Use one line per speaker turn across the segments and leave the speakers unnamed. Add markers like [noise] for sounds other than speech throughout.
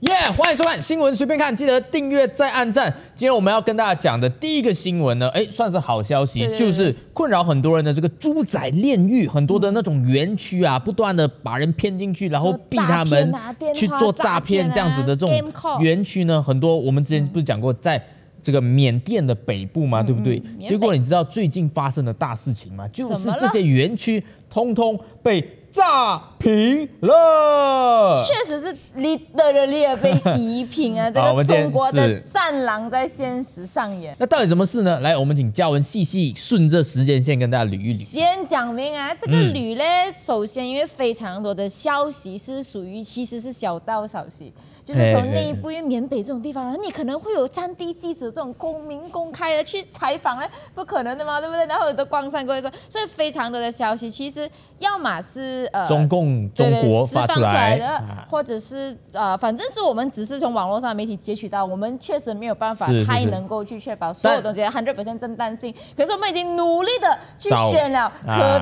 耶欢迎收看新闻随便看，记得订阅再按赞。今天我们要跟大家讲的第一个新闻呢，哎，算是好消息，
对对对
就是困扰很多人的这个猪仔炼狱，很多的那种园区啊，不断的把人骗进去，然后逼他们去做诈骗这样子的这种
电啊话诈骗啊，scam call
园区呢，很多我们之前不是讲过在。这个缅甸的北部嘛，对不对？
嗯缅北
结果你知道最近发生的大事情吗？就是
怎么了
这些园区通通被炸平了。
确实是 literally 被夷平
[laughs]
啊！这
好我
个
们今天
中国的
是
战狼在现实上演。
那到底什么事呢？来，我们请嘉文细细顺着时间线跟大家捋一捋。
先讲明啊，这个
嗯
旅嘞，首先因为非常多的消息是属于其实是小道消息，就是
哎哎
从内部因为缅北这种地方，然后你可能会有战地记者这种公民公开的去采访嘞，不可能的嘛，对不对？然后有的光山过来说，所以非常多的消息，其实要么是呃
中共中
对对
国
释
发
放
出
出
来
来的，
啊
或者是呃，反正是我们只是从网络上的媒体截取到，我们确实没有办法
是是
太
是
能够去确保所有东西 hundred percent 正当性。可是我们已经努力的
[laughs]
去
找
选了
啊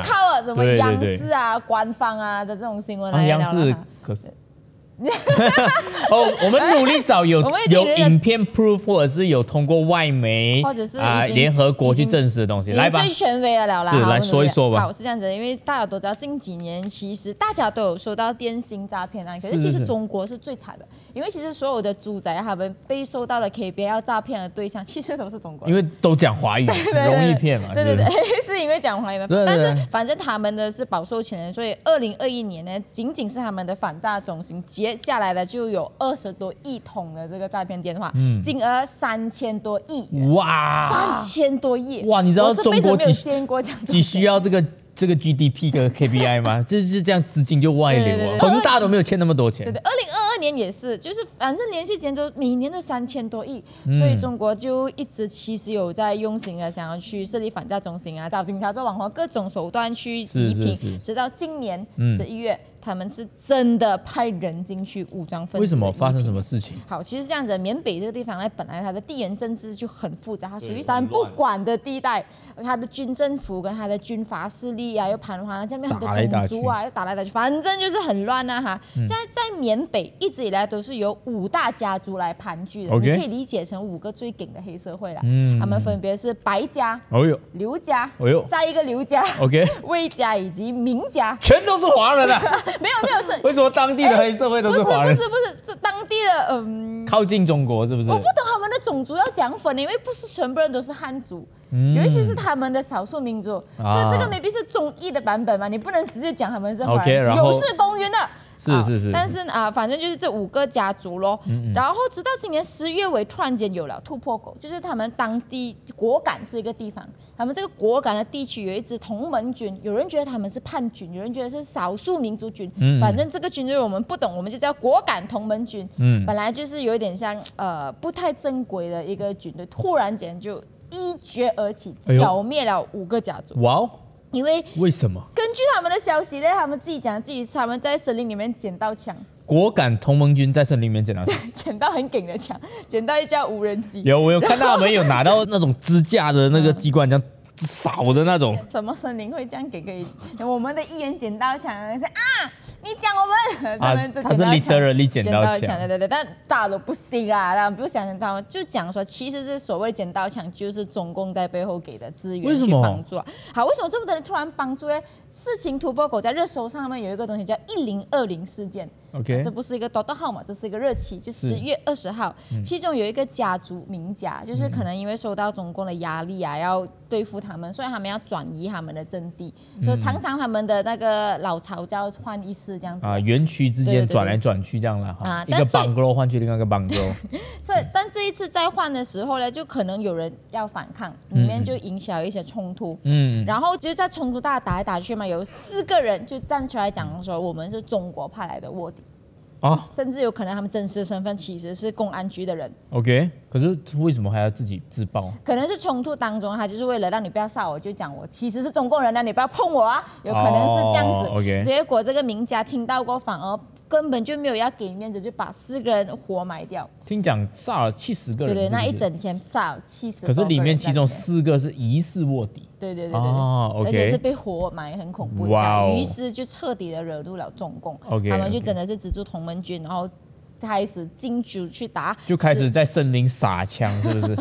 可靠的什么
对对
央
对
视啊、官方啊的这种新闻
啊
来聊
央
了哈。
视
[laughs]
可。哦，我们努力找有
[laughs] 我们已经
有
觉得
影片 proof，或者是有通过外媒
或者是
啊、
已经
联合国去
已经
证实的东西，
已
来
经
吧
最。权威的了啦，
是
好
来
我们
说一
努力
说吧
好，是这样子的，因为大家都知道，近几年其实大家都有收到电信诈骗案，可是
是
其
是
实
是
中国是最惨的，因为其实所有的猪仔他们被收到的 KBL 诈骗的对象，其实都是中国人
因。为都讲华
[laughs]
语，容易骗嘛。
对
是
对对 [laughs]
不是，
是因为讲华语嘛。
对对
但
对
是反正他们的是饱受谴责，所以二零二一年呢，仅仅是他们的反诈总行结下来的就有二十多亿桶的这个诈骗电话，金额三千多亿元。
嗯哇
三，千多亿
哇你知道
我这辈子
中国
没有
几啊
见过这样多
只需要这个这个 GDP 跟 KPI 吗？ [laughs] 就是这样，资金就外
对
流
对
啊。
对对
恒大都没有欠那么多钱
对。对，二零二二年也是，就是反正连续减都每年都三千多亿，
嗯
所以中国就一直其实有在用心的想要去设立反诈中心啊，找警察、做网红各种手段去
是
移
是
平，
是
直到今年
嗯
十一月，他们是真的派人进去武装分子。
为什么发生什？么事情？
好，其实这样子，缅北这个地方呢，本来它的地缘政治就很复杂，它属
对
于三
很
不
乱
管的地带，它的军政府跟它的军阀势力啊，又盘桓啊，下面很多
打来打
种
去嗯
族啊，又打来打去，反正就是很乱啊哈。在在缅北一直以来都是由五大家族来盘踞的，你
OK
可以理解成五个最顶的黑社会啦。
嗯
他们分别是白家、
哦呦哦
刘家
哎呦，
再一个刘家、
，OK，。
魏家以及明家
全都是华
[laughs]
人啊。
没有没有
[laughs]
是。
为什么当地的黑社会都
不是
是
哎不
华人？
是不是，这当地的嗯，
靠近中国是不是？
我不懂他们的种族要讲粉，因为不是全部人都是汉族，有一些是他们的少数民族，
嗯啊
所以这个 maybe 是中译的版本嘛，你不能直接讲他们是华
OK，
人，
然后
有失公允的。
是
啊
是是
但是啊、反正就是这五个家族咯。
嗯
然后直到今年十月尾，突然间有了突破口，就是他们当地果敢是一个地方，他们这个果敢的地区有一支同盟军，有人觉得他们是叛军，有人觉得是少数民族军，
嗯嗯
反正这个军队我们不懂，我们就叫果敢同盟军。
嗯
本来就是有一点像呃不太正规的一个军队，突然间就一决而起，
哎呦
剿灭了五个家族。
哇哦，
因为
为什么？
根据他们的消息呢，他们自己讲自己他们在森林里面捡到枪，
果敢同盟军在森林里面捡到
[laughs]
枪
捡到很梗的枪，捡到一架无人机。
有我有看到他们有拿到那种支架的那个机关枪，扫的那种。
什么森林会这样给给我们的议员捡到枪？是啊，你讲我们，他们就
啊他是
捡到枪
literally 捡
捡
到
到
枪
枪，对对对，但大陆不行啊，然后不想他们就讲说，其实这所谓捡到枪就是中共在背后给的资源
为什
去
么
帮助啊。好，为什么这么多人突然帮助呢？事情突破口在热搜上面有一个东西叫“一零二零事件”。
OK
啊这不是一个 DOT 号码，这是一个日期，就是十月二十号。
嗯
其中有一个家族名家，就是可能因为受到中共的压力啊，要对付他们，所以他们要转移他们的阵地，
嗯
所以常常他们的那个老巢就要换一次这样子。
啊，园区之
对
间
对对
转来转去这样了哈
啊，
一个
但最
bungalow 换去另外一个
[laughs]
bungalow，
所以，但这一次再换的时候呢，就可能有人要反抗，里面就引起了一些冲突。
嗯，
然后就是在冲突大家打来打去嘛，有四个人就站出来讲说我们是中国派来的卧底，
啊
甚至有可能他们真实身份其实是公安局的人，
，OK，可是为什么还要自己自爆？
可能是冲突当中他就是为了让你不要杀我，就讲我其实是中国人呢、你不要碰我啊，有可能是这样子。
哦，OK
结果这个名家听到过，反而根本就没有要给面子，就把四个人活埋掉。
听讲炸了七十个
对
人，
对，
是不
那
是
一。整天炸了七十。
可是里面其中四个是疑似卧底，
对对对对对，
哦，OK
而且是被活埋，很恐怖。
哇哦
于是就彻底的惹怒了中共
OK，
他们就
OK
真的是资助同盟军，然后。开始进主去打，
就开始在森林撒枪，是
[laughs]
不是？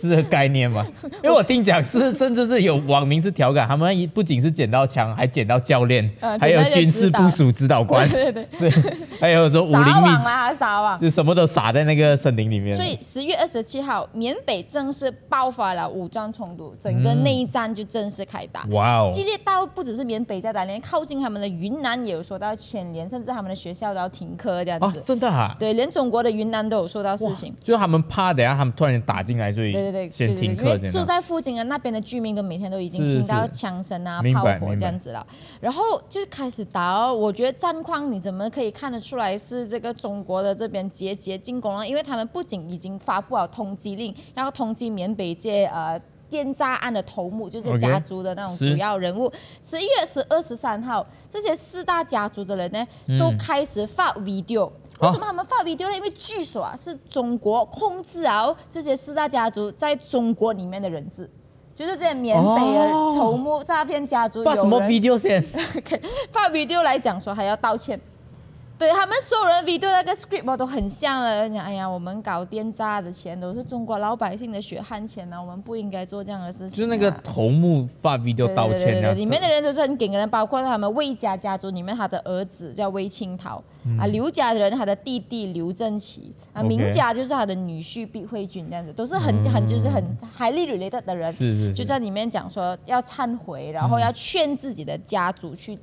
是这个概念吗？因为我听讲是，甚至是有网民是调侃，他们一不仅是捡到枪，还捡到教练，
呃
还
捡
有
到一个
军事
指导
部署指导
[laughs]
官，
对对对，
对，还有说武林
撒
秘
网
籍，
啦，撒网。
就什么都撒在那个森林里面。
所以十月二十七号，缅北正式爆发了武装冲突，整个内战就正式开打。
哇哦，
激烈到不只是缅北在打，连靠近他们的云南也有受到牵连，甚至他们的学校都要停课这样
啊
子。，
真的啊，
对，连中国的云南都有受到事情。
就是他们怕等一下他们突然打进来，所以
对对对，
先
对对
停
对
课
因
先
为
啊
住在附近的那边的居民都每天都已经
是
听到
是
枪声啊、
明
炮
白
火
明
这样
白
子了，然后就开始打哦。我觉得战况你怎么可以看得出来是这个中国的这边节节进攻呢？啊因为他们不仅已经发布了通缉令，然后通缉缅北界呃。电诈案的头目就是
OK
家族的那种
是
主要人物。十一月十二十三号，这些四大家族的人呢，
嗯
都开始发 video。
哦
为什么他们发 video 呢？因为据说啊，是中国控制啊这些四大家族在中国里面的人质，就是这些缅北的
哦
头目诈骗家族有
发什么
人
video 先？ [laughs]
发 video 来讲说还要道歉。对他们所有人 video 那个 script 哦都很像了，讲哎呀，我们搞电诈的钱都是中国老百姓的血汗钱呐、啊我们不应该做这样的事情、啊。
就是那
[laughs]
个头目发 video 道
对
歉啊
对对
这样
对里面的人都是很给人，包括他们魏家家族里面他的儿子叫魏青桃、啊，刘家的人他的弟弟刘正奇
嗯
啊，
OK 嗯
明家就是他的女婿毕慧君这样子，都是很、很就是很 highly related 的人，
是是
就是在里面讲说要忏悔，然后要劝自己的家族去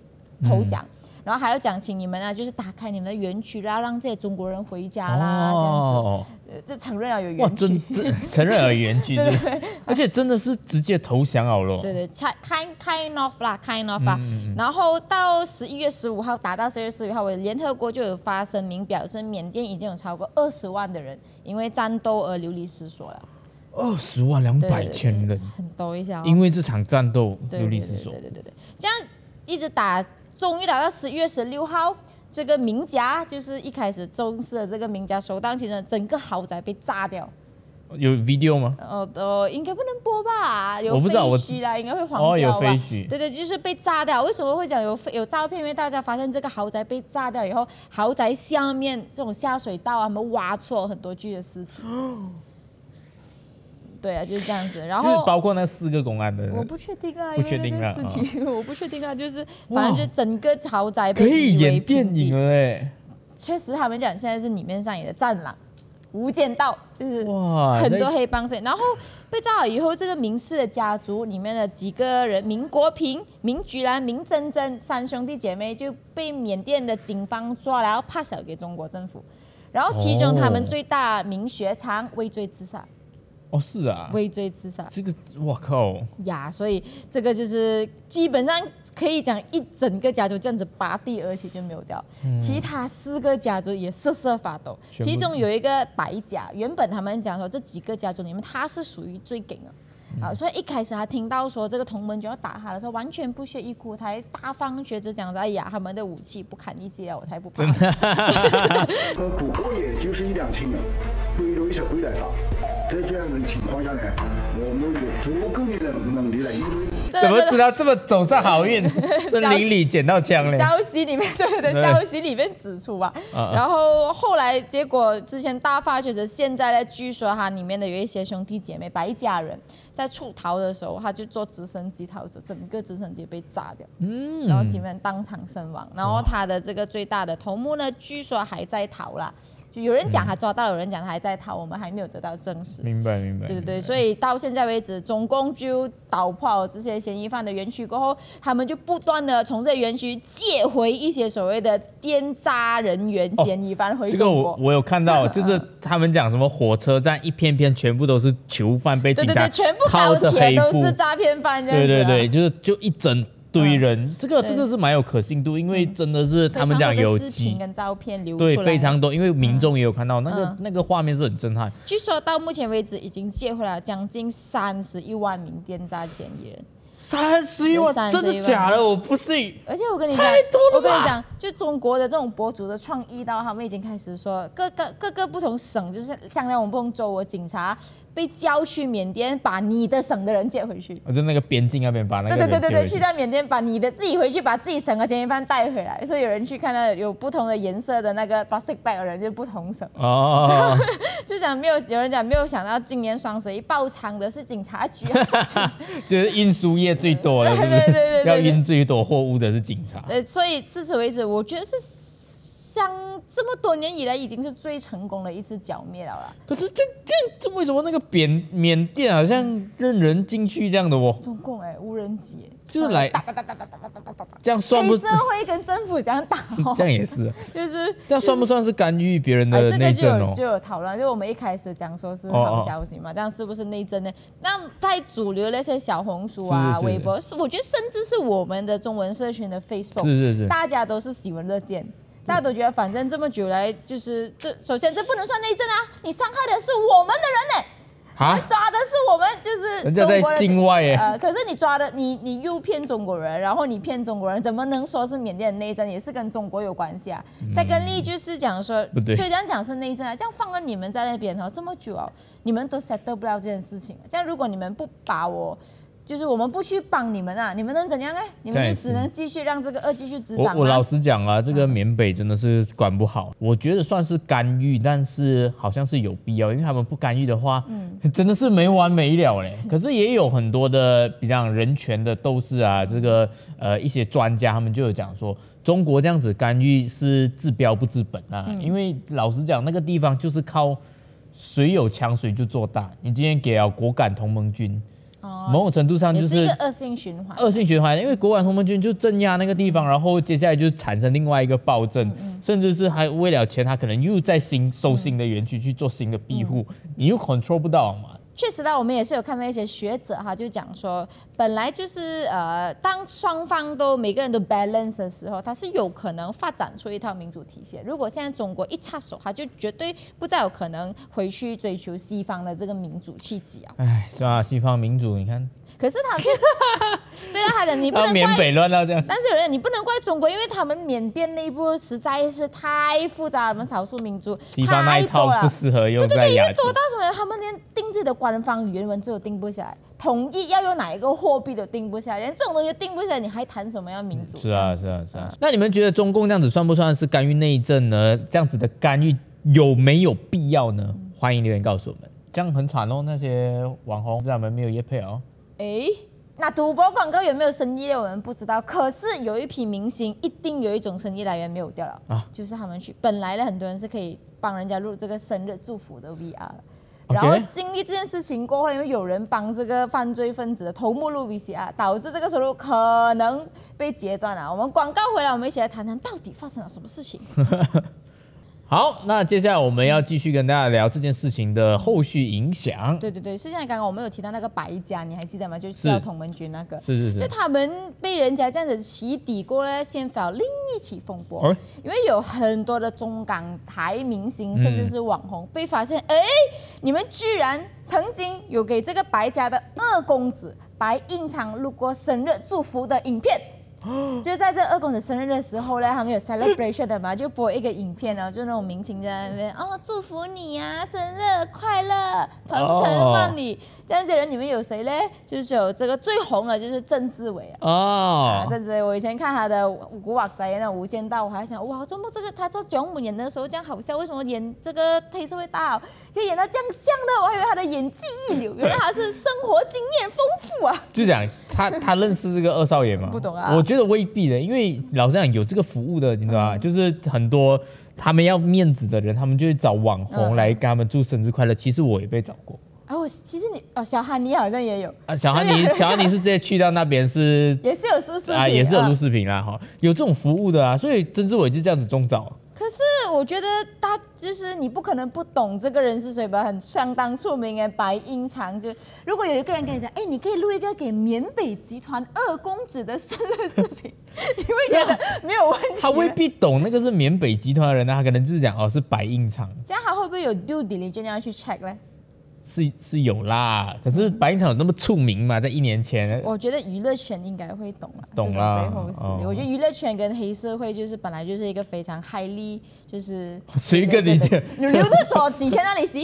投降。
嗯
然后还要讲，请你们啊，就是打开你们的园区啦，让这些中国人回家啦，
哦，
这样子，呃就承认了有
哇，
园区。
真真 [laughs] 承认而言去是不是， [laughs] 而且真的是直接投降好了。
对对，ki-，kind kind of 啦，kind of
嗯
啦。然后到十一月十五号，打到十月十五号，我联合国就有发声明表示，缅甸已经有超过二十万的人因为战斗而流离失所了，
二十万两
对
百千，
对对
人，
很多一下、哦。
因为这场战斗嗯
对
流离
对
失
对
所
对。对对对，这样一直打，终于打到十月十六号。这个名家就是一开始重视的这个名家首当其冲，整个豪宅被炸掉。
有 video 吗？
呃，呃，应该不能播吧？有
我不知道我
废墟啦，应该会
哦
黄
有
掉
废
吧？
墟
对对，就是被炸掉。为什么会讲有废有照片？因为大家发现这个豪宅被炸掉以后，豪宅下面这种下水道啊，他们挖出了很多具的
[gasps]
尸体。对啊，就是这样子。然
就是
后
包括那四个公安的
我
人，
不确定啊，
不确定
因为那个
啊
尸体、 [laughs] 我不确定啊，就是
哇
反正就整个豪宅
可
被
以
夷为
演
平
电
地
影了哎！
确实，他们讲现在是里面上演的《战狼》《无间道》，就是
哇
很
啊那
多黑帮势力。然后被炸了以后，这个明氏的家族里面的几个人，明国平、明菊兰、明珍珍三兄弟姐妹就被缅甸的警方抓了，然后怕小给中国政府。然后其中他们
哦
最大明学长畏罪自杀，
哦，是啊，
畏罪自杀
这个我靠，
呀，所以这个就是基本上可以讲一整个家族这样子拔地而起就没有掉，其他四个家族也瑟瑟发抖。
嗯全部
其中有一个白家，原本他们讲说这几个家族里面他是属于最顶的。
嗯
啊，所以一开始他听到说这个同盟军要打他的时候，完全不屑一顾，他还大方学着讲着：“哎呀，他们的武器不堪一击啊，我才不怕。”
呃，不过也就是一两千人，归了一小归来打。在这样的情况下呢，我们有足够的能能力来应
[laughs]
对。
这
怎么知道这么走上好
[laughs]
运？森林里捡到枪嘞！
消息里面对对
对
对，消息里面指出吧。
啊
然后后来结果之前大发觉得，现在呢，据说他里面的有一些兄弟姐妹白家人在出逃的时候，他就坐直升机逃走，整个直升机被炸掉，嗯，然后几个人当场身亡。然后他的这个最大的头目呢，据说还在逃啦。就有人
嗯
讲他抓到，有人讲他还在逃，我们还没有得到证实。
明白明白，
对对对，所
以
以到现在为止，总共就捣破了这些嫌疑犯的园区过后，他们就不断的从这园区借回一些所谓的颠渣人员嫌疑犯回
哦这个
中国。
我我有看
[laughs]
到，就是他们讲什么火车站一片片全部都是囚犯被
对
警
对
察
对，全部
靠
高
着
铁
黑
都
布
是，诈骗犯这样
对
子、
对
啊。嗯
对，就是就一整堆人，这个
对嗯
这个是蛮有可信度，因为真的是
非
他们讲
常多的
有
视频
几
跟照片流出
对
来，
非常多，因为民众也有看到那个
嗯
那个画面是很震撼，
据说到目前为止已经借回来将近三十一万名颠渣嫌疑人。
三十一万，
31
真的
万
假的？我不信。
而且我跟你讲
太多，了吧
我跟你讲，就中国的这种博主的创意到，他们已经开始说，各个各个不同省，就是像那种不同州的警察被叫去缅甸把你的省的人接回去。
我就那个边境那边把那
对
个
对
人
对对对，
接
去
回
到缅甸把你的自己回去，把自己省的钱一半带回来。所以有人去看到有不同的颜色的那个 plastic bag 的人就不同省，
哦， [laughs]
就讲没有有人讲没有想到今年双十一爆仓的是警察局。啊
[laughs] 就是运输业最多的，是不是？
对对对对对
要运最多货物的是警察。
对，所以至此为止，我觉得是像这么多年以来已经是最成功的一次剿灭了啦。
可是这这这为什么那个缅缅甸好像任人进去这样的哦？
中共哎、无人机哎
就是来
打打打打打打打打打打打，
这样算不
黑社会跟政府这样打、哦
[laughs] ，这样也是，
[laughs]
啊
就是
这样算不算是干预别人
哎，
的
这
内
个就
政
有
哦
就？有讨论，就我们一开始讲说是
哦哦
好消息嘛，但是不是内政呢？那在主流那些小红书
是
啊、
是是
微博，是我觉得甚至是我们的中文社群的 Facebook，
是是是
大家都是喜闻乐见。大家都觉得，反正这么久来，就是这首先这不能算内政啊！你伤害的是我们的人呢、
啊
你，抓的是我们，就是
人家在
中国
境外耶
呃，可是你抓的你你诱骗中国人，然后你骗中国人，怎么能说是缅甸的内政？也是跟中国有关系啊。再跟例就是讲说，
嗯不对
所以这样讲是内政啊，这样放了你们在那边哦这么久哦，你们都 settle 不了这件事情。啊这样如果你们不把我。就是我们不去帮你们啊，你们能怎样呢？你
这样
们
也
就只
是
能继续让这个恶继续滋
我
长、啊
我老实讲啊，这个
嗯
缅北真的是管不好，我觉得算是干预，但是好像是有必要，因为他们不干预的话，
嗯
[laughs] 真的是没完没了嘞。可是也有很多的比较人权的斗士啊，这个呃一些专家他们就有讲说，中国这样子干预是治标不治本啊，
嗯
因为老实讲那个地方就是靠谁有枪谁就做大，你今天给了果敢同盟军，
哦，
某种程度上
也
就是
一
是
个恶性循环。
恶性循环，因为国管同盟军就镇压那个地方，然后接下来就产生另外一个暴政，甚至是还为了钱，他可能又在新收新的园区去做新的庇护，你又 control 不到嘛。
确实啦，我们也是有看到一些学者哈，就讲说，本来就是呃，当双方都每个人都 balance 的时候，它是有可能发展出一套民主体系。如果现在中国一插手，它就绝对不再有可能回去追求西方的这个民主气质啊。
唉，算了，西方民主，你看，
可是
[laughs]
他们，对了，他的你不
到
能
缅
怪。
北乱到这样，
但是有人你不能怪中国，因为他们缅甸内部实在是太复杂了，我们少数民族
西方那
太
一
多
套
了
不。适合用
对
在
对，因
亚
为
洲
多。到什么？他们连定制的官方语言文字都定不下来，统一要用哪一个货币都定不下来，连这种东西都定不下来，你还谈什么要民主？
是啊，是啊，是啊。那你们觉得中共这样子算不算是干预内政呢？这样子的干预有没有必要呢？欢迎留言告诉我们。这样很惨哦，那些网红他们没有业配哦。
哎，那赌博广告有没有生意呢？我们不知道。可是有一批明星一定有一种生意来源没有掉了，
啊
就是他们去本来呢，很多人是可以帮人家录这个生日祝福的 VR 的。
OK
然后经历这件事情过后，因为有人帮这个犯罪分子的头目录 VCR，导致这个收入可能被截断了。我们广告回来，我们一起来谈谈到底发生了什么事情。
好，那接下来我们要继续跟大家聊这件事情的后续影响。
对对对，是像刚刚我们有提到那个白家，你还记得吗？就是叫同盟军那个，
是是是
就他们被人家这样子洗底过呢，先搞另一起风波，
哎
因为有很多的中港台明
嗯
星甚至是网红、被发现，哎，你们居然曾经有给这个白家的二公子白应昌录过生日祝福的影片。 [laughs] 就在这二公子生日的时候呢，他们有 celebration 的嘛，就播一个影片然后就那种民情在那边哦，祝福你啊，生日快乐，鹏程万里。这样子的人里面有谁呢？就是有这个最红的，就是郑志伟啊。啊，
哦，
郑志伟，我以前看他的古惑仔那《无间道》，我还想哇，怎么这个他做囧母演的时候这样好笑，为什么演这个黑社会大佬可以演到这样像的？我还以为他的演技一流，原来他是生活经验丰富啊。
就讲他 [laughs] 他认识这个二少爷吗？
不懂啊
我觉得未必的，因为老实讲，有这个服务的，你知道吧？
嗯
就是很多他们要面子的人，他们就会找网红
嗯
来跟他们祝生日快乐。其实我也被找过
啊，我其实你哦，小哈你好像也有，
啊，小韩
哎
尼，小韩尼是直接去到那边是
也是有私事
啊，也是有录视频啦，哈，有这种服务的啊，所以曾志伟就这样子中招。
可是我觉得他就是你不可能不懂这个人是谁吧，很相当出名哎，白英长就如果有一个人跟你讲，哎，你可以录一个给缅北集团二公子的生日视频， [laughs] 你会觉得没有问题。
他未必懂那个是缅北集团的人啊，他可能就是讲哦是白印厂，
这样他会不会有 due diligence 要去 check 呢？
是是有啦，可是白影厂有那么出名嘛？在一年前，
我觉得娱乐圈应该会懂了，
懂啦
这种背后实力。
哦
我觉得娱乐圈跟黑社会就是本来就是一个非常 highly 就是
谁跟你讲
留得左，以前那里是，Joe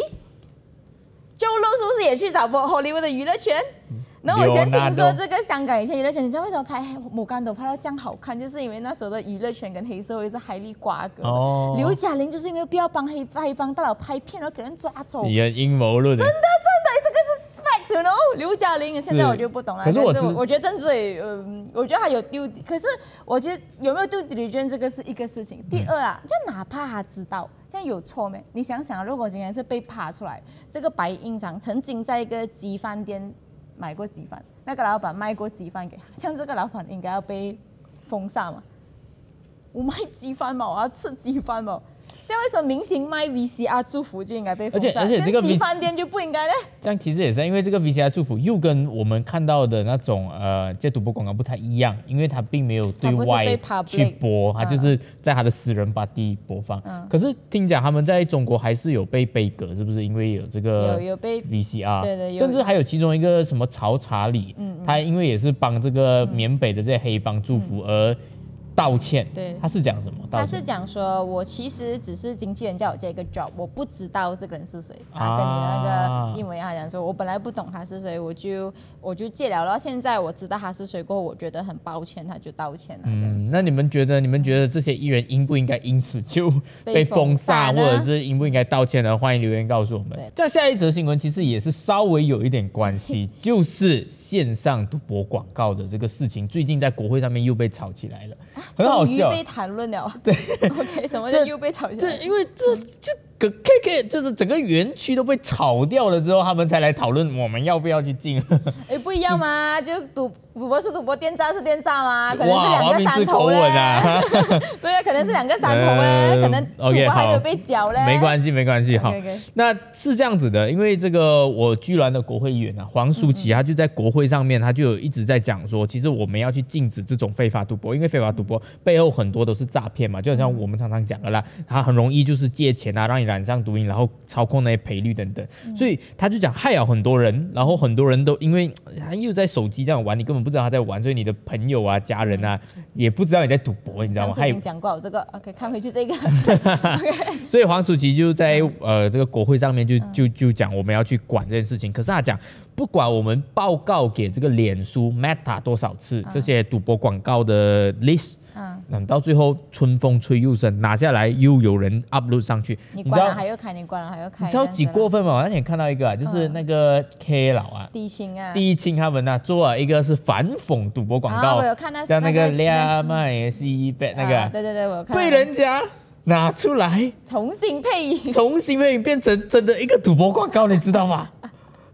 Lo 是不是也去找 Hollywood 的娱乐圈？
嗯
然后我以前听说
Leonardo
这个香港以前娱乐圈，你知道为什么拍《摩甘斗》拍到这样好看，就是因为那时候的娱乐圈跟黑社会是海力瓜葛的。
哦
刘嘉玲就是因为不要帮黑黑帮大佬拍片，然后给人抓走。
你的阴谋论，真的
那真的，这个是 fact，you know？刘嘉玲现在我就不懂了。
可是我
但
知
我觉得郑智也，嗯，我觉得他有丢，可是我觉得有没有丢 d i l i g e n 这个是一个事情。第二啊，这样哪怕他知道，这样有错没？你想想啊，如果今天是被扒出来，这个白印章曾经在一个鸡饭店买过鸡饭，那个老板卖过鸡饭给他，像这个老板应该要被封杀嘛？我卖鸡饭嘛，我要吃鸡饭嘛。 [laughs] 这样为什么明星卖 VCR 祝福就应该被封杀？
而且而且这个
跟 [laughs] 鸡
V-
饭店就不应该呢？
这样其实也是因为这个 VCR 祝福又跟我们看到的那种呃，这赌博广告不太一样，因为它并没有对
它不是
外
对 public，
去播，它
嗯
就是在他的私人 body 播放。
嗯
可是听讲他们在中国还是有被杯葛，是不是？因为有这个
有有被
VCR，
对对有嗯
甚至还有其中一个什么曹查理，他因为也是帮这个缅北的这些黑帮祝福而道歉，
嗯对
他是讲什么？道
他
歉
是讲说，我其实只是经纪人叫我接一个 job，我不知道这个人是谁。
啊
啊，跟你那个一模一样，他讲说我本来不懂他是谁，我就我就借了，然后现在我知道他是谁过后，我觉得很抱歉，他就道歉了。这样
嗯，
子
那你们觉得，你们觉得这些艺人应不应该因此就
被
被封
封
杀，
杀
或
呢
者是应不应该道歉呢？欢迎留言告诉我们
对。
再下一则新闻，其实也是稍微有一点关
[laughs]
系，就是线上赌博广告的这个事情，最近在国会上面又被炒起来了，很好
啊终于
笑。
被谈论了。对 [laughs] ，OK，什么叫
这
又被炒起
对，
来？
因为这这个 KK 就是整个园区都被炒掉了之后，他们才来讨论我们要不要去进。
哎，不一样嘛，就赌赌博是赌博，电诈是电诈嘛，可能是
哇，
两
王
个
明之
山
口
头
吻
嘞。
啊！
对啊，可能是两个山头哎，
呃
可能赌
OK，
博还没
好
有被缴嘞。
没关系，没关系，好
OK，OK。
那是这样子的，因为这个我居然的国会议员啊，黄淑琪，他就在国会上面，他就有一直在讲说，其实我们要去禁止这种非法赌博，因为非法赌博背后很多都是诈骗嘛，就好像我们常常讲的啦，他很容易就是借钱啊，让你染上毒瘾，然后操控那些赔率等等，所以他就讲害了很多人，然后很多人都因为呃他又在手机这样玩，你根本不知道他在玩，所以你的朋友啊、家人啊也不知道你在赌博，你知道
上
吗？
次
害
已经讲过了这个，OK，看回去这个。
所以黄淑琪就在
嗯
呃这个国会上面就就就讲我们要去管这件事情，可是他讲不管我们报告给这个脸书 Meta 多少次这些赌博广告的 list，
嗯，
嗯，到最后春风吹又生，拿下来又有人 upload 上去，
你
知
关了
道
还要开，你关了还要开，
你知道几过分吗？我那天看到一个
嗯
啊，就是那个 K 老啊。
低薪啊？
第一清他们呢、做啊了一个是反讽赌博广
啊
告，
我有看那
像那个
那个
亮麦是一百那
啊
个
对对对，我有看
被人家拿出来
重新
[laughs]
配音，
重新被变成真的一个赌博广告，你知道吗？ [laughs]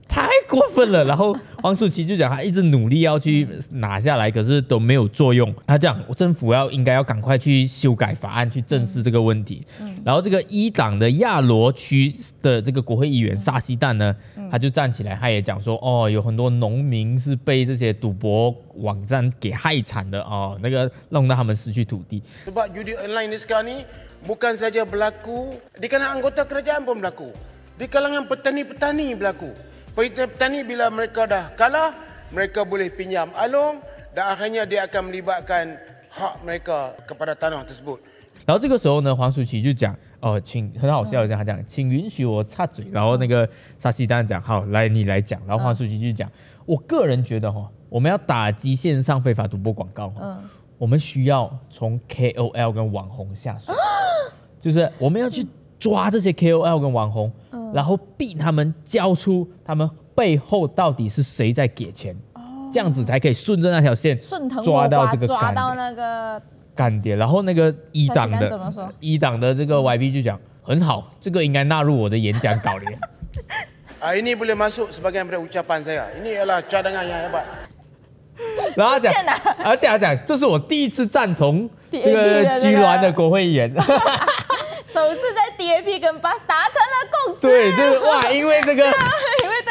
太过分了。然后黄淑琪就讲，她一直努力要去拿下来，可是都没有作用。她讲，政府要应该要赶快去修改法案，去正视这个问题。然后这个伊朗的亚罗区的这个国会议员沙希旦呢，他就站起来，他也讲说，哦，有很多农民是被这些赌博网站给害惨的哦，那个弄到他们失去土地。
Sebab judi online ni sekarang ni bukan saja berlaku di kalangan anggota kerajaan pun berlaku. Di kalangan petani-petani berlaku. Petani-petani bila mereka dah kalah, mereka boleh pinjam alung dan akhirnya dia akan melibatkan hak mereka kepada tanah tersebut.
然后这个时候呢，黄淑琪就讲，哦，请很好笑，这样他
嗯
讲，请允许我插嘴。然后那个沙西丹讲，好，来你来讲。然后黄淑琪就讲，我个人觉得哈，我们要打击线上非法赌博广告哈，
嗯
我们需要从 KOL 跟网红下
啊
手，就是我们要去抓这些 KOL 跟网红，
嗯
然后逼他们交出他们背后到底是谁在给钱。这样子才可以顺着那条线
哦顺藤摸
抓到
瓜
这个
抓
干爹
到那个， [laughs]
干爹。然后那个一档
他是
的
该怎么说嗯
一档的这个 YB 就讲很好，这个应该纳入我的演讲
[laughs]
稿里面。
Ah, ini boleh masuk sebagai daripada ucapan saya. Ini ialah cadangan yang hebat.
然后他讲
贱啊，
而且他讲这是我第一次赞同这
TNT 的
个
那个
居銮的国会议员。
首次在 DAP 跟 Bus 达成了共识。
[laughs] 对，就是哇，因为这个，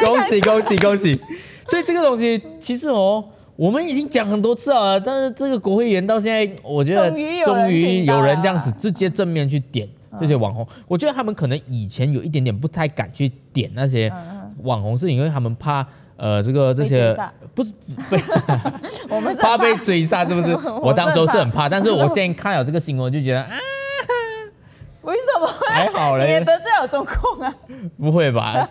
对
恭喜恭喜恭喜！所以这个东西其实哦，我们已经讲很多次了，但是这个国会议员到现在，我觉得
终于有人
终于
听到
有
了嗯
人这样子直接正面去点这些网红，我觉得他们可能以前有一点点不太敢去点那些网红，是因为他们怕。呃，这个这
嗯被
些
追杀
不是
[laughs]
被
[laughs] 我们
[laughs]
是
怕被追杀，是不是
[laughs] ？我
我当时候是很
很
怕，但是我现在看了这个新闻，我就觉得啊，
为什么？
还好嘞
你也得罪了中共
[laughs]
啊！
不会
[laughs]
吧？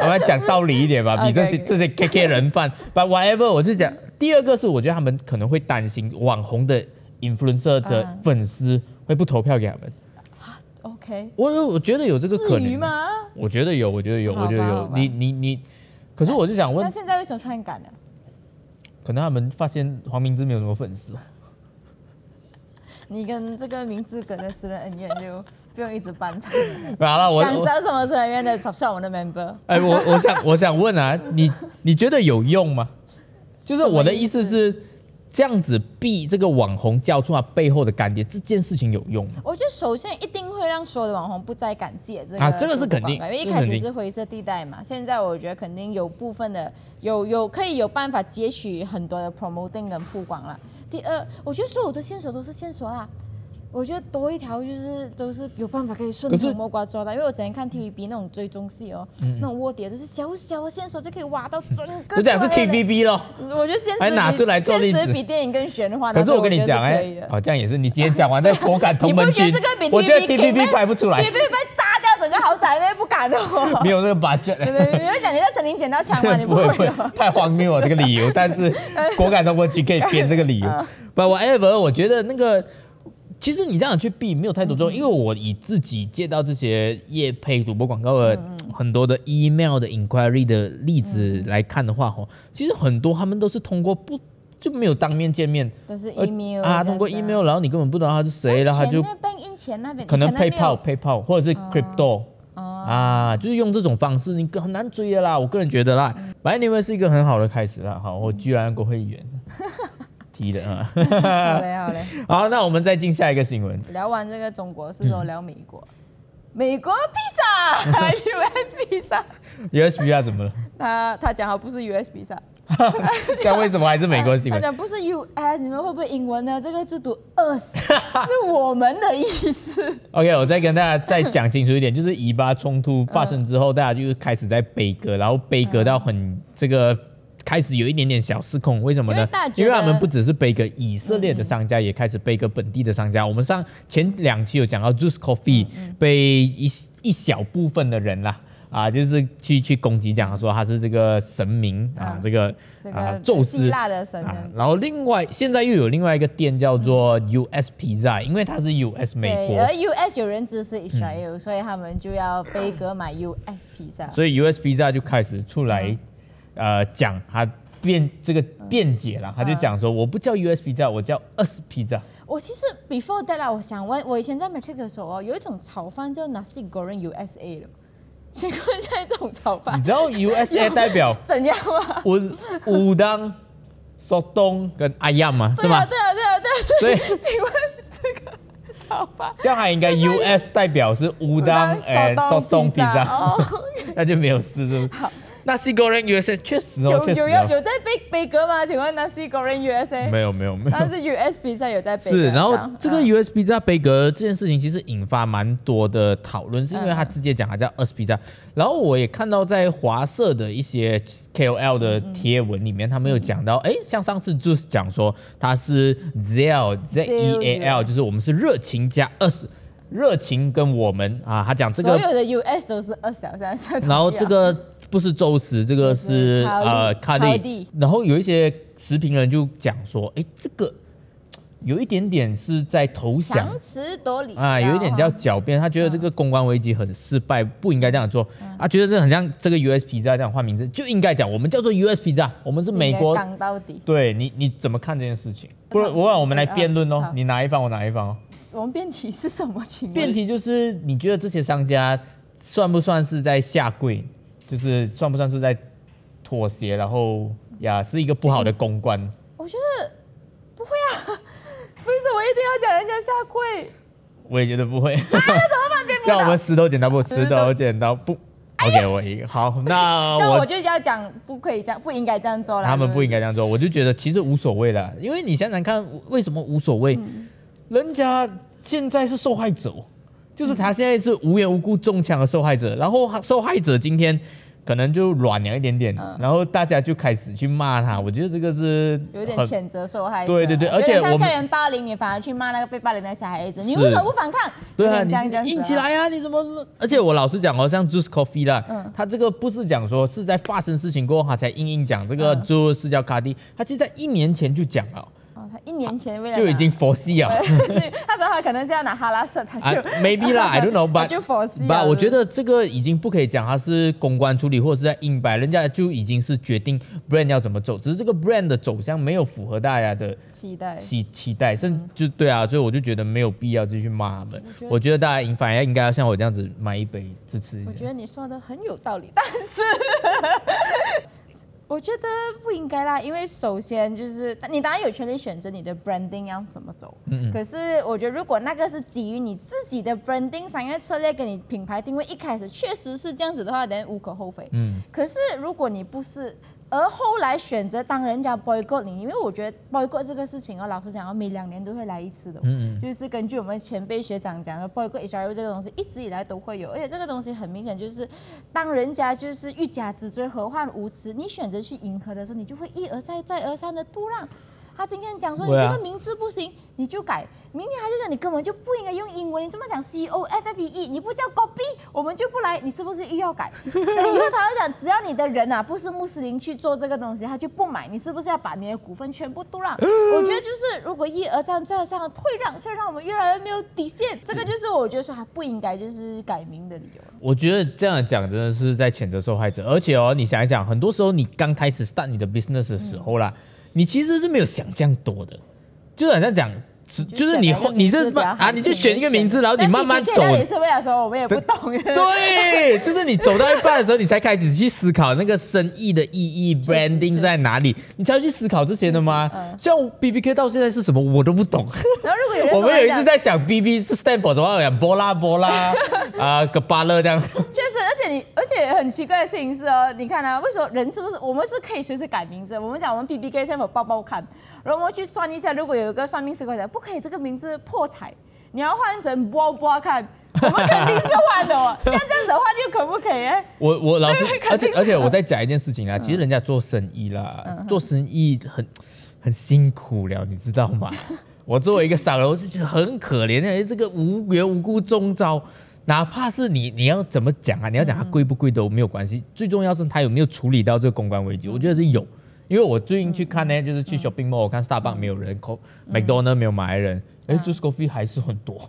我们讲道理一点吧，比这些
OK，OK
这些 KK 人
[laughs]
贩，but whatever，我就讲第二个是，我觉得他们可能会担心网红的 influencer 的
嗯
粉丝会不投票给他们，
OK，
我我觉得有这个可
至
能
于吗？
我觉得有，我觉得有，
好吧
我觉得
好
有。
吧
你你你，可是我就想
那
问，
现在为什么突然敢了？
可能他们发现黄明志没有什么粉
[laughs]
丝，
你跟这个名字梗的私人恩怨就不用一直搬上。
然后我
想知
我
道什么私人恩怨的，找上我们的 member。
[laughs] 哎，我我想我想问啊，你你觉得有用吗？就是我的意思是，这样子逼这个网红叫出他背后的干爹，这件事情有用吗？
我觉得首先一定会让所有的网红不再敢借这个
啊这个是
中国
肯定
广告
这
因为一
是
开
肯
始
定
是灰色地带嘛。现在我觉得肯定有部分的有有可以有办法截取很多的 promoting 跟曝光了。第二，我觉得所有的线索都是线索啦。我觉得多一条就是都是有办法可以顺
可是嗯
藤摸瓜抓到，因为我之前看 TVB 那种追踪戏哦，那种卧底的都是小小的线索就可以挖到整个。
我讲是 TVB 咯。
我觉得现实
还拿
比
出来做例子
现实比电影更玄幻啊。
可是
所以
我
我
跟你
觉得
讲，
是可
哎
以的，
哦，这样也是，你今天
[laughs]
讲完这个果敢
你
同
不
盟
觉
军
得这个比 TVB
我觉得 TVB
TVB
拍不出来，
TVB 被炸掉整个豪宅，那不敢哦。
没有那个 budget 哎。
对对对，你会讲你在森林捡到枪吗？你不
会
会
[laughs] 不会
哦。
太荒谬了这个理由，但
[laughs]
是果敢中国局可以编这个理由。But
嗯
whatever，我觉得那个其实你这样去避没有太多
嗯
作用，因为我以自己接到这些业配赌博广告的
嗯
很多的 email 的 inquiry 的例子来看的话，哦，其实很多他们都是通过不。就没有当面见面，
都是
呃
email
啊，通过
这样子啊
email，然后你根本不知道他是谁，然后他就
钱那 bank in 钱啊那边
可能
你没有
PayPal PayPal 或者是 crypto、啊，就是用这种方式，你个很难追的啦。我个人觉得啦，反正 anyway 是一个很好的开始啦。好，我居然国会议员提的啊。 [laughs]
好嘞好嘞。
好，那我们再进下一个新闻。
聊完这个中国，是时候聊美国。美国披
[laughs]
萨，US 披萨，
USB 啊，怎么了？
他他讲好不是 US 披萨，
像为什么还是美国新
他
闻？
讲不是 US，你们会不会英文呢？这个就读 US，是
[laughs]
我们的意思。
OK，我再跟大家再讲清楚
[laughs]
一点，就是以巴冲突发生之后，大家就开始在悲歌，然后悲歌到很这个。开始有一点点小失控，为什么
因
呢
为大家？觉
因
得
为他们不只是悲歌，以色列的商家也开始悲歌本地的商家。我们上前两期有讲到 Juice Coffee
嗯
被一一小部分的人啦，啊，就是去去攻击，讲说他是这个神明啊
嗯，
这个
这
啊
个
宙斯
希腊的神
啊
人，
然后另外现在又有另外一个店叫做 US Pizza，因为它是 US 美
嗯对，
国嗯
而，US 有人支持 Israel，、所以他们就要背歌买 US 披萨。
所以 US Pizza 就开始出来，
嗯
呃，讲他辩这个辩解了，他
嗯
就讲说，我不叫 US Pizza，我叫 US Pizza。
我其实 before that 啦，我想问，我以前在 Matric 的时候哦，有一种炒饭叫 Nasi Goreng USA 的，请问现在这种炒
你
饭
知
[laughs]
道 USA 代表
怎样啊？
乌乌当、索东跟阿亚吗？是
对啊，
吗？
对啊，对啊，对啊。
所以
请问这个炒饭
这样还应该 US 代表是乌当哎索东 pizza，
哦，
[laughs] 那就没有事，是不是？那西国人 USA 确实哦，确
有
实
有有
哦，
有在背背歌吗？请问 Nasi Goreng USA？
没有没有没有。
但是 US 披萨有在背歌。
是，然后
样
这个
嗯
US p 在杯格这件事情其实引发蛮多的讨论，是因为他
嗯
直接讲他叫 US p 在，然后我也看到在华社的一些 KOL
嗯
的贴文里面，他们有讲到，哎，像上次 Juice 讲说他是 Zeal Z E A L，
Zeal
就是我们是热情加 US，热情跟我们啊，他讲这个
所有的 US 都是二小三三。
然后这个不是周十，这个是
是嗯卡利
呃卡
卡
利
利。
然后有一些时评人就讲说，哎，这个有一点点是在投降
强嗯词夺理哦
啊，有一点叫
哈
狡辩。他觉得这个公关危机很失败，不应该这样做
嗯
啊，觉得这很像这个 US p 啊在这样换名字，就应该讲我们叫做 US p 在，我们是美国。
刚到底。
对你你怎么看这件事情？不然，我让我们来辩论哦
嗯好，
你哪一方我哪一方哦。
我们辩题是什么情？
辩题就是你觉得这些商家算不算是在下跪，就是算不算是在妥协，然后呀是一个不好的公关？
我觉得不会啊， [laughs] 为什么一定要讲人家下跪？
我也觉得不 [laughs] 会。啊那怎么办？这样我们石头剪刀布，石头剪刀布。OK，我赢。好，那 [laughs]
这样我
哎啊我。
就要讲不可以这样，不应该这样做啦。
他们不应
该。
该这样做，我就觉得其实无所谓了，因为你想想看，为什么无所谓？
嗯
人家现在是受害者哦，就是他现在是无缘无故中枪的受害者，然后他受害者今天可能就软了一点点，
嗯
然后大家就开始去骂他。我觉得这个是
有点
很
谴责受害者，
对对对而且
有点
我
像
们
校园霸凌，你反而去骂那个被霸凌的小孩子，你
是
为何不反抗？
对啊，
有点
你
像这样子啊
硬起来啊！你怎么？而且我老实讲哦，像 Juice Coffee 啦，
嗯
他这个不是讲说是在发生事情过后他才硬硬讲，这
嗯
个 Juice 是叫卡迪，他其实在一年前就讲了，
哦，他一年前为了
就已
拿
经 foresee 了。
对，他 [laughs] 说他可能是要拿哈拉色，他
啊
[laughs] 就、
，maybe 啦，I don't know，
他
but
[laughs] 就 foresee 了
but 我觉得这个已经不可以讲它是公关处理或者是在硬掰，人家就已经是决定 brand 要怎么走，只是这个 brand 的走向没有符合大家的
期待。
期期待，甚至就对啊，所以我就觉得没有必要继续骂他们。
嗯
我觉得大家反而应该要像我这样子买一杯支持一
我觉
下。
得你说的很有道理，但是 [laughs] 我觉得不应该啦，因为首先就是你当然有权利选择你的 branding 要怎么走，
嗯
可是我觉得如果那个是基于你自己的 branding 商业策略跟你品牌定位一开始确实是这样子的话，人无可厚非。
嗯
可是如果你不是，而后来选择当人家 boycott 你，因为我觉得 boycott 这个事情啊，老实讲啊，每两年都会来一次的哦。
嗯嗯
就是根据我们前辈学长讲的，boycott HRU 这个东西一直以来都会有，而且这个东西很明显就是，当人家就是欲加之罪，何患无辞，你选择去迎合的时候，你就会一而再、再而三的度让。他今天讲说你
对
这
啊
个名字不行，你就改；明天他就讲你根本就不应该用英文，你这么讲 C O F F E E，你不叫 copy，我们就不来，你是不是又
[laughs]
要改？以后他会讲，只要你的人啊不是穆斯林去做这个东西，他就不买，你是不是要把你的股份全部
[gasps]
都让？我觉得就是如果一而再再而三的退让，就让我们越来越没有底线，这个就是我觉得说他不应该就是改名的理由了。
我觉得这样讲真的是在谴责受害者，而且哦，你想一想，很多时候你刚开始 start 你的 business 的时候啦，你其实是没有想这样多的，就好像讲，只
就
就是
选
你
哪个
你
名字
这
比较好
啊，你就选一个名字，然后你慢慢走
但 PKK 那也是为了说我们也不懂。
[laughs] 对，就是你走到一半的时候，你才开始去思考那个生意的意义
确
，branding
实
在哪里，你才会去思考这些的吗？
嗯
像 B B K 到现在是什么，我都不
[laughs]
懂。
[laughs] 然后如果有人
我
跟
们有一
讲
次在想 B B 是 stand for 什么，我讲波拉波拉啊，格巴勒这样。
确实，而且你，而且很奇怪的事情是哦，你看啊，为什么人是不是我们是可以随时改名字的？我们讲我们 B B K 先我包包看，然后我们去算一下，如果有一个算命师跟我讲不可以这个名字破财，你要换成波波看，
[laughs]
我们肯定是换的哦。像这样子的话，就可不可以？哎
我我
[laughs]
老师
对，肯
而且
定的
而且我在讲一件事情啦，其实人家做生意啦，做生意很很辛苦了，你知道吗？我作为一个商人，我就觉得很可怜的，这个无缘无故中招。哪怕是你，你要怎么讲啊？你要讲它贵不贵都没有关系，最重要是它有没有处理到这个公关危机。我觉得是有，因为我最近去看呢，就是去 shopping mall，我看 Starbucks 没有人，Co-，McDonald 没有马来人，哎，Just Coffee 还是很多。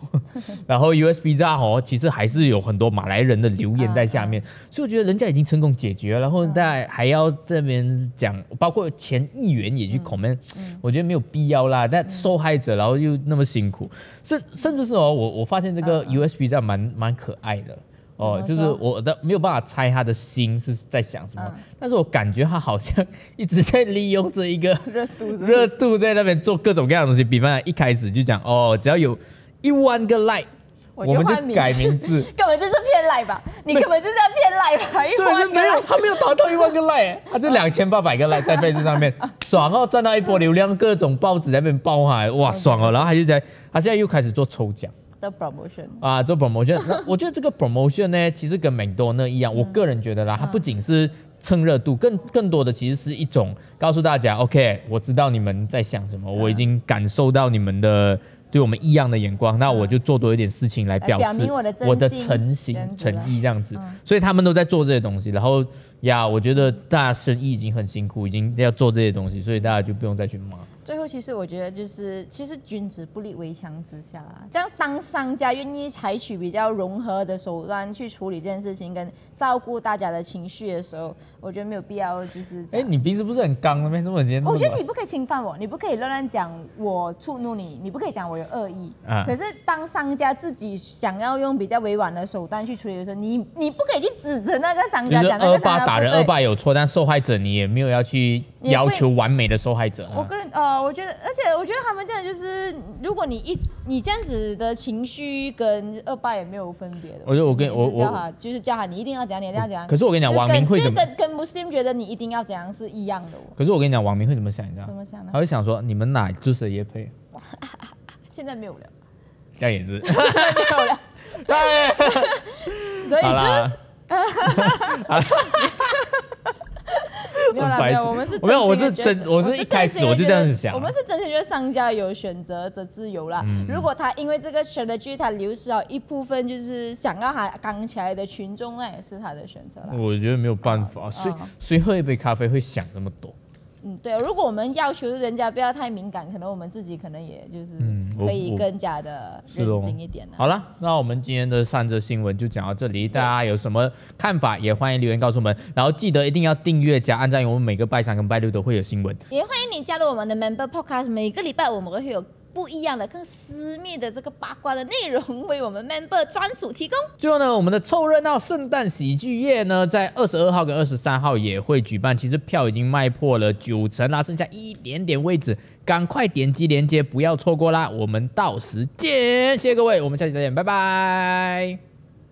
然后 USB 炸哦，其实还是有很多马来人的留言在下面，所以我觉得人家已经成功解决了，然后大家还要这边讲，包括前议员也去 comment，、我觉得没有必要啦。但受害者然后又那么辛苦，甚甚至是哦，我我发现这个 USB 炸蛮蛮可爱的。哦，
怎
就
么
是
说嗯
我的没有办法猜他的心是在想什么，但是我感觉他好像一直在利用这一个
[laughs] 热度是不是
热度在那边做各种各样的东西，比方一开始就讲哦，只要有一万个 like，
我
我
就
们
换
就
名
改
字
名字。
[laughs] 根本就是偏赖吧？你根本就是要偏赖吧？一
对，是没有，他没有达到一万个 like，他
[laughs]
就两千八百个 like 在被子上面，爽哦，赚到一波流量，各种报纸在那边爆哈，
[laughs]
哇，爽哦！然后他就在，他现在又开始做抽奖
的 promotion。
啊，做 promotion
[laughs]
那。我觉得这个 promotion 呢，其实跟 McDonald 一
嗯
样，我个人觉得啦，它不仅是蹭热度，更更多的其实是一种告诉大家，OK，我知道你们在想什
嗯
么，我已经感受到你们的。对我们异样的眼光，那我就做多一点事情来表
嗯表
示
明我的真
我的
心
诚心
这样子嗯
诚
啦
意。这样子，所以他们都在做这些东西。然后呀，我觉得大家生意已经很辛苦，已经要做这些东西，所以大家就不用再去骂。
最后，其实我觉得就是，其实君子不立围墙之下啦。这样，当商家愿意采取比较融合的手段去处理这件事情，跟照顾大家的情绪的时候，我觉得没有必要就是这
哎、
样。
你平时不是很刚的吗？怎么今天那么
我觉得你不可以侵犯我，你不可以乱乱讲我触怒你，你不可以讲我有恶意。
啊
可是当商家自己想要用比较委婉的手段去处理的时候，你你不可以去指责那个商
就
家
是
讲那个
二
商
八
家
打人，
不对
二八有错，但受害者你也没有要去
你也不
要求完美的受害者啊。
我个人呃，我觉得，而且我觉得他们这样就是，如果你一你这样子的情绪跟恶霸也没有分别的。
我觉得我跟
就是你
我
叫他就是叫他，你一定要怎样，你一定要怎样。
可是我跟你讲
就是
网民会
就
怎么
跟跟 Muslim 觉得你一定要怎样是一样的哦。
可是我跟你讲，网民会怎么想，你知道吗？
怎么想呢
他会想说，你们哪就是叶配，
现在没有了， [laughs]
这样也是。 [laughs]
没有了，所以
好
就是
啦，
没有啦，
很白痴
没有，我们是
没有我
真
是
心地
真
觉得
我是一开始
真心地
我就
觉
这样
得
子想啊嗯
我们是真心觉得商家有选择的自由啦。如果他因为这个 strategy 他流失了一部分，就是想要他刚起来的群众，那也是他的选择啦。
我觉得没有办法，谁谁喝一杯咖啡会想那么多？
嗯，对，如果我们要求人家不要太敏感，可能我们自己可能也就是
嗯我
可以
我
更加的
是
任
咯
性一点啊啦。
好了，那我们今天的三则新闻就讲到这里，大家有什么看法也欢迎留言告诉我们，然后记得一定要订阅加按赞，因为我们每个拜三跟拜六都会有新闻。
也欢迎你加入我们的 Member Podcast，每个礼拜我们会有不一样的、更私密的这个八卦的内容，为我们 Member 专属提供。
最后呢，我们的凑热闹圣诞喜剧夜呢，在二十二号跟二十三号也会举办。其实票已经卖破了九成啦，剩下一点点位置，赶快点击链接，不要错过啦！我们到时见，谢谢各位，我们下期再见，拜拜。